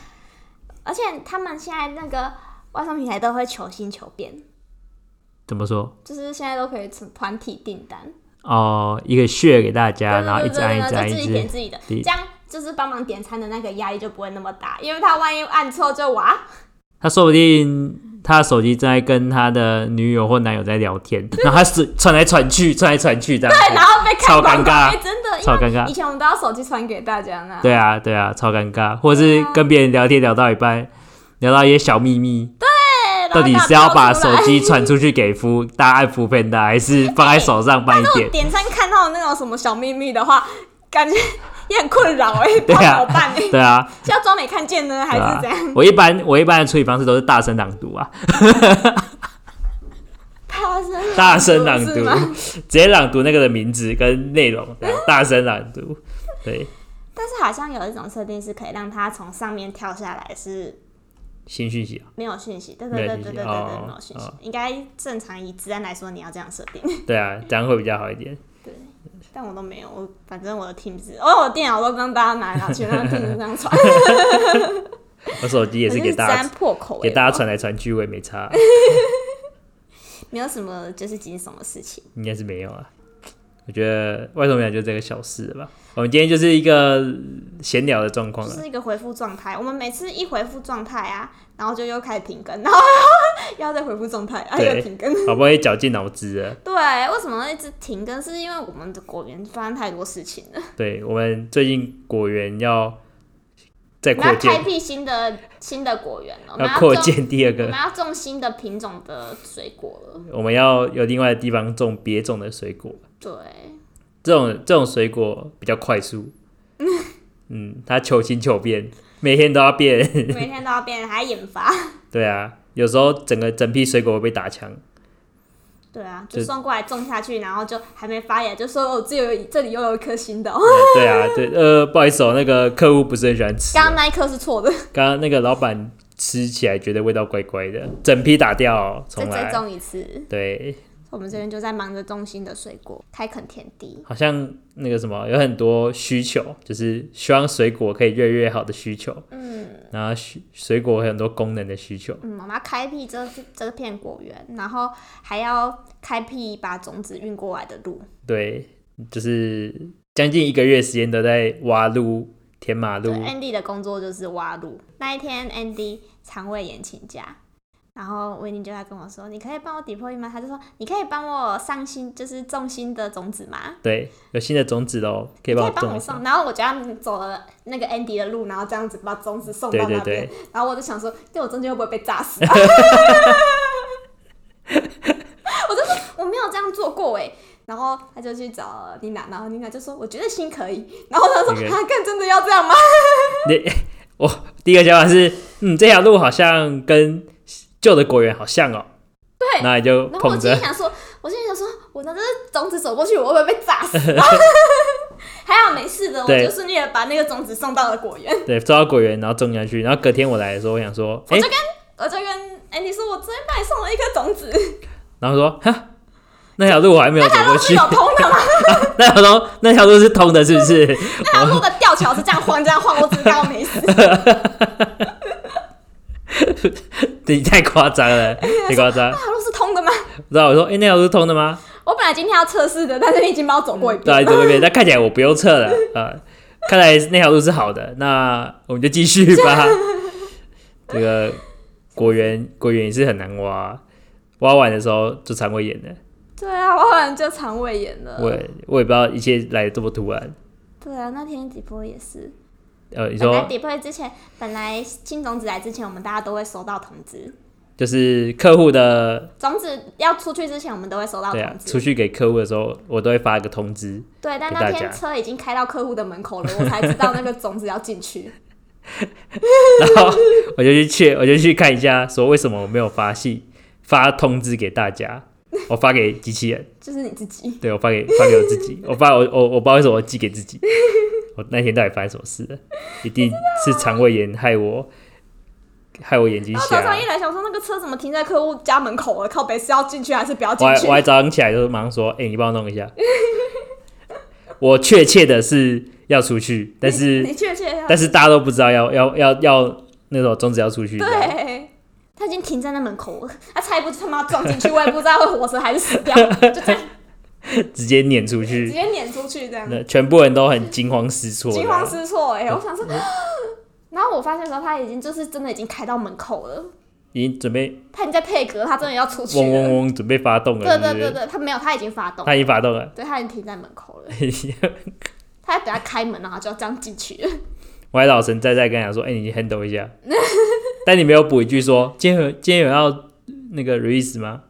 而且他们现在那个外送平台都会求新求变，
怎么说？
就是现在都可以成团体订单，
哦、一个血给大家，啊
对
然后一
对对
直按，一
对
直
对
按，一
就自己
直
点自己的，
滴
这样就是帮忙点餐的那个压力就不会那么大，因为他万一按错就哇。
他说不定他的手机正在跟他的女友或男友在聊
[laughs]
天，然后他是传来传去，传来传去这样。
对， [laughs] 然后被看
超
光
尴
头
尬
哎真的，
超
因为
尴尬
以前我们都要手机传给大家呢。
对啊，对啊，超尴尬，或是跟别人聊天聊到一半，聊到一些小秘密，
啊哎对，然啊后
到底
大家
是要把
标出
手
来
机传出去给夫，大家按扶贫的，还是放在手上帮你点？
[laughs] 点餐看到那种什么小秘密的话，感觉也很困扰哎，不
[laughs] 对
知道
啊
怎么办哎，
对啊，
是要装没看见呢，还
对
是
啊
怎样？。
我一般我一般的处理方式都是大声朗读啊，
大声
大声朗
[laughs] 是
读
吗，
直接朗读那个的名字跟内容，
[laughs]
这样大声朗读。对，
但是好像有一种设定是可以让它从上面跳下来，是
新讯息啊，
没有讯息。对
没
对
有
对
讯息
对对对对，
哦
没有讯息
哦。
应该正常以治安来说，你要这样设定。
对啊，这样会比较好一点。
对，但我都没有，我反正我的 Teams，哦，我电脑都帮大家拿来拿去，让 Teams 上传。
我手机也是给大
我就是
家
治安破口、欸， [laughs]
给大家传来传去，我也没差。
没有什么就是惊悚的事情。
应该是没有啊。我觉得外送员就这个小事了吧。我们今天就是一个闲聊的状况啊
就
了。
是一个回复状态。我们每次一回复状态啊，然后就又开始停更，然后 [laughs] 又要再回复状态，然后
对
又停更。
好不容易绞尽脑汁了，
对，为什么一直停更？是因为我们的果园发生太多事情了，
对我们最近果园要再
我们
扩
要开
建，
辟新的新的果园了，我们
要
要
扩
种
建第二
我们
个，
要种新的品种的水果了。
我们要有另外的地方种别种的水果。
对，
[laughs] 这种这种水果比较快速，嗯，它求新求变，每天都要变。 [laughs]
每天都要变，还研发。
对啊，有时候整个整批水果会被打枪。 [laughs] 呃
对啊，
就
就送过来种下去，然后就还没发芽，就说哦，这有这里又有一颗新的哦。
对啊，对，呃，不好意思哦，那个客户不是很喜欢吃
刚
啊。
刚那一颗是错的，
刚刚那个老板吃起来觉得味道怪怪的，整批打掉哦，
再
重
再
来。
种一次。
对，
我们这边就在忙着种新的水果，开垦田地。
好像那个什么，有很多需求，就是希望水果可以越来越好的需求，
嗯
然后水水果有很多功能的需求。
嗯，我们要开辟这这片果园，然后还要开辟把种子运过来的路，
对，就是将近一个月时间都在挖路、填马
对
路。
，Andy 的工作就是挖路。那一天，Andy 肠胃炎请假，然后维尼就在跟我说：“你可以帮我 deploy 吗？”他就说：“你可以帮我上新，就是种新的种子吗？
对，有新的种子喽，可以
你
帮我
可以帮
种
我
一下。
送。”然后我就要走了那个 Andy 的路，然后这样子把种子送
对
到
对
那边。
对，
然后我就想说，这我中间会不会被炸死、
[laughs]
啊？我就说我没有这样做过哎、然后他就去找妮娜，然后妮娜就说我觉得心可以。然后他说
OK
啊，干真的要这样吗？
哦第一个想法是，嗯，这条路好像跟嗯旧的果园好像哦。对，那你就
然后我
捧
心里
着，
想说，我心里想说，我拿着种子走过去，我会不会被炸死、
[laughs]
啊？还好没事的，我
对
就顺利的把那个种子送到了果园。
对，抓到果园，然后种下去。然后隔天我来的时候，我想说，
我
哎、
就跟我就跟 Andy 说，我昨天帮你送了一颗种子，
然后说，哈，那条路我还没有走
那条
过
路 [laughs] 是
去
有，通的吗？
[laughs] 那条路那条路是通的，是不是？ [laughs]
那条路的吊桥是这样晃这样晃，我只是刚好没死。
你太夸张
[laughs]
了，太夸张。
那条路是通的吗？
然后我说，哎、那条路是通的吗？
我本来今天要测试的，但是你已经帮我走过一
对
遍。
啊，你走过一遍，但看起来我不用测了啊、呃看来那条路是好的，那我们就继续吧。这个果园果园也是很难挖，挖完的时候就肠胃炎了。
对啊，我好像就肠胃炎了。
我也我也不知道一切来的这么突然。
对啊，那天底波也是。
呃，你
本来
说
底波之前，本来新种子来之前，我们大家都会收到通知。
就是客户的
种子要出去之前，我们都会收到
对啊
通，知。
出去给客户的时候，我都会发一个通知。
对，但
给
那
大
天
家
车已经开到客户的门口了，我才知道那个种子要进去。
然后我就去确，我就去看一下，说为什么我没有发信发通知给大家，我发给机器人，
就是你自
[laughs]
己，
对我发给发给我自
[laughs]
己，我发我我我不知道为什么我寄给自己，我那天到底发生什么事了？一定是肠胃炎害我，害我眼睛
然后
瞎
早。上一来想说那个车怎么停在客户家门口了？靠北是要进去还是不要
我
进
还
去
我？还早上起来就马上说，哎、你帮我弄一下。 [laughs] 我确切的是要出去，但是
你确切要
但是大家都不知道要要要要那种终止要出去，你知道吗
对，他已经停在那门口了，他差一步就他妈撞进去，我也不知道会活着还是死掉，就
[laughs]
这样
直接撵出
直
去，
接撵出去这样，
那全部人都很惊慌失措，
惊慌失措哎、我想说，然后我发现的时候他已经就是真的已经开到门口了，
已经准备
他已经在配合，他真的要出去
嗡嗡
了。
嗡，准备发动了，
对
是
对
不
对
是？
对，他没有，他已经发动
他，已经发动了。
对他已经停在门口了，他等他开门，然后就要这样进去了。 [laughs]
我还老神在在跟他讲说：“哎、你 handle 一下。” [laughs] 但你没有补一句说：“今天有今天有要那个 release 吗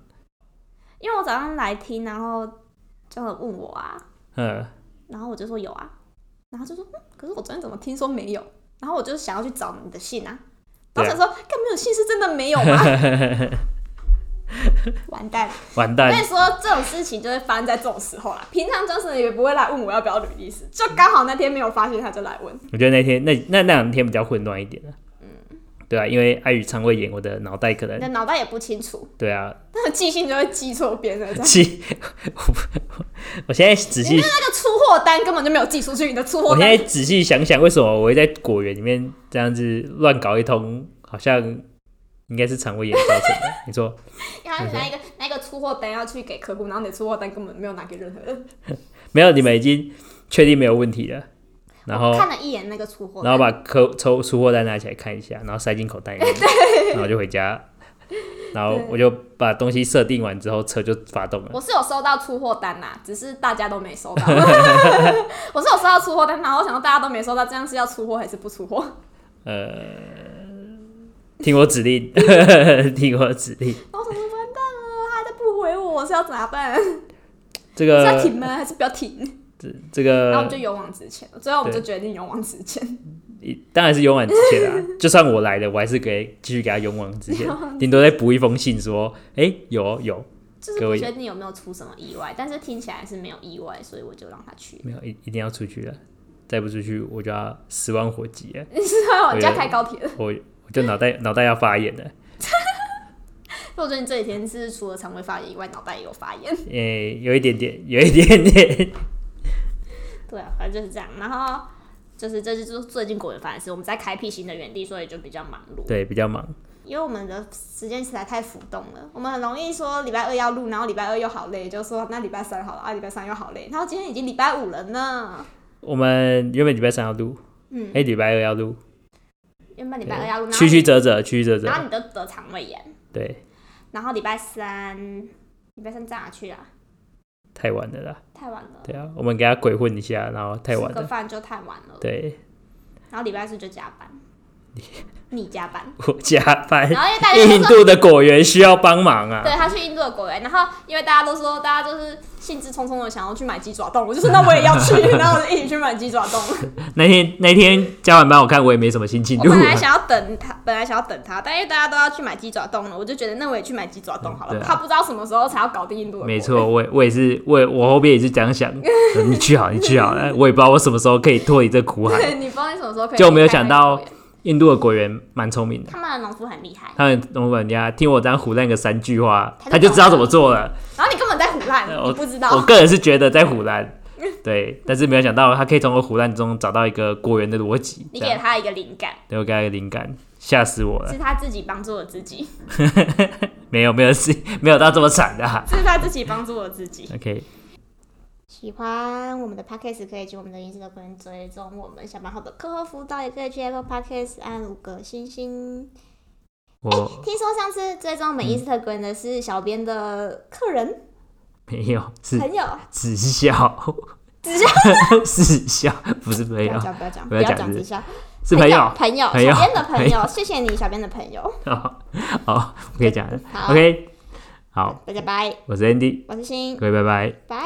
因为我早上来听，然后就很问我啊，？”
嗯，
然后我就说有啊，然后就说、嗯、可是我昨天怎么听说没有？然后我就想要去找你的信啊，然
对啊
后想说，干没有信是真的没有吗？
啊
[laughs] 完
[laughs]
蛋了！
完
所
蛋，
以说这种事情就会发生在这种时候啦。平常 Johnson 也不会来问我要不要履历史，就刚好那天没有发现他就来问。
我觉得那天那那那两天比较混乱一点啊。对啊，因为碍于肠胃炎，我的脑袋可
你
能
的脑袋也不清楚， [laughs]
对啊，
那个记性就会记错边了。这样
记 [laughs] 我我现在仔细，
那个出货单根本就没有寄出去，你的出货
我现
单
在仔细想想，为什么我会在果园里面这样子乱搞一通，好像应该是肠胃炎造成的。你说
然后你拿一个拿一个出货单要去给客户，然后你的出货单根本没有拿给任何人，
没有？你们已经确定没有问题了，然后
我看了一眼那个出货
哦然后
单，
把客抽出货单拿起来看一下，然后塞进口
[laughs]
袋里面，然后就回家，然后我就把东西设定完之后，车就发动了。
我是有收到出货单呐、只是大家都没收到。 [laughs] 我是有收到出货单，然后我想说大家都没收到，这样是要出货还是不出货？ [laughs]
呃听我指令， [laughs] 听我指令。
然后我想说完蛋了，他都不回我，我是要咋办？ [laughs]
这
是要
个
停吗？还是不要停？
[laughs] 这这
然后我们
个
就勇往直前了，最后我们就决定勇往直前。
当然是勇往直前啦、就算我来了，我还是给继续给他勇往直前，顶多再补一封信说，哎、有哦有，
就是
各
不
位
确定有没有出什么意外，但是听起来是没有意外，所以我就让他去。 [laughs]
没有一一定要出去了，再不出去我就要十万火急了，
你知道我
对
家开高铁了， [laughs]
我我就脑袋脑袋要发炎了。
所以我觉得你这几天是除了肠胃发炎以外，脑袋也有发炎。 [laughs]
诶、有一点点，有一点点。 [laughs]
对啊，反正就是这样。然后就是这就是最近果园发展的事，我们在开辟新的园地，所以就比较忙碌。
对，比较忙。
因为我们的时间实在太浮动了，我们很容易说礼拜二要录，然后礼拜二又好累，就说那礼拜三好了，啊礼拜三又好累，然后今天已经礼拜五了呢。
我们原本礼拜三要录，
嗯
哎、礼拜二要录，
原本礼拜二要录，然后
曲曲折折，曲曲折
然后
折，
你都得肠胃炎，
对，
然后礼拜三礼拜三上哪去啊？
太晚了啦。
太晚了，
对啊，我们给他鬼混一下，然后太晚
吃个
了。
饭就太晚了，
对，
然后礼拜四就加班，你加班，
我加班。
然后因为大家都
印
说
度的果园需要帮忙啊。
对他去印度的果园，然后因为大家都说大家就是兴致冲冲的想要去买鸡爪冻，我就说那我也要去，然后我就一起去买鸡爪冻。
那天那天加完班，我看我也没什么心情
我
录、
本来
啊。
想要等他，本来想要等他，但因为大家都要去买鸡爪冻了，我就觉得那我也去买鸡爪冻好了。
对啊
他不知道什么时候才要搞定印度的，
没。错，我也我也是，我也我后边也是这样
[laughs]
想。呃你去好，你去好，哎我也不知道我什么时候可以脱离这苦海。
对，你不知道你什么时候可以。
就没有想到，印度的果园蛮聪明的。
他们的农夫很厉害，
他们老板家听我这样胡乱个三句话，
他就
他就知道怎么做了。
然后你根本在胡乱，
呃
你不知
我
道。
个人是觉得在胡
[laughs]
乱，对，但是没有想到他可以从我胡乱中找到一个果园的逻辑，
你
这
给
样
他一个灵感，
对我给他一个灵感，吓死我了。
是他自己帮助了自己，
没有没有是 [laughs] 没有到这么惨的、啊。
是他自己帮助了自己。
OK，
喜欢我们的 podcast 可以去我们的 Instagram 追踪我们小蛮好的课后辅导，也可以去 Apple Podcast 按五个星星。
我
听说上次追踪我
嗯
们 Instagram 的是小编的客人、
没有是
朋友，
直销，
直销
[laughs] 直销不是朋
不
友
要，讲，不要
啊
讲，
不
不
要
要
讲
讲
是
直销，
是朋友。
朋友，
朋友
小编的朋
朋
友，谢谢你，小编的朋友，
[laughs] 好，好，我可以讲了。
好
OK，好，
大家拜，
我是 Andy，
我是欣，
各位拜拜。
拜。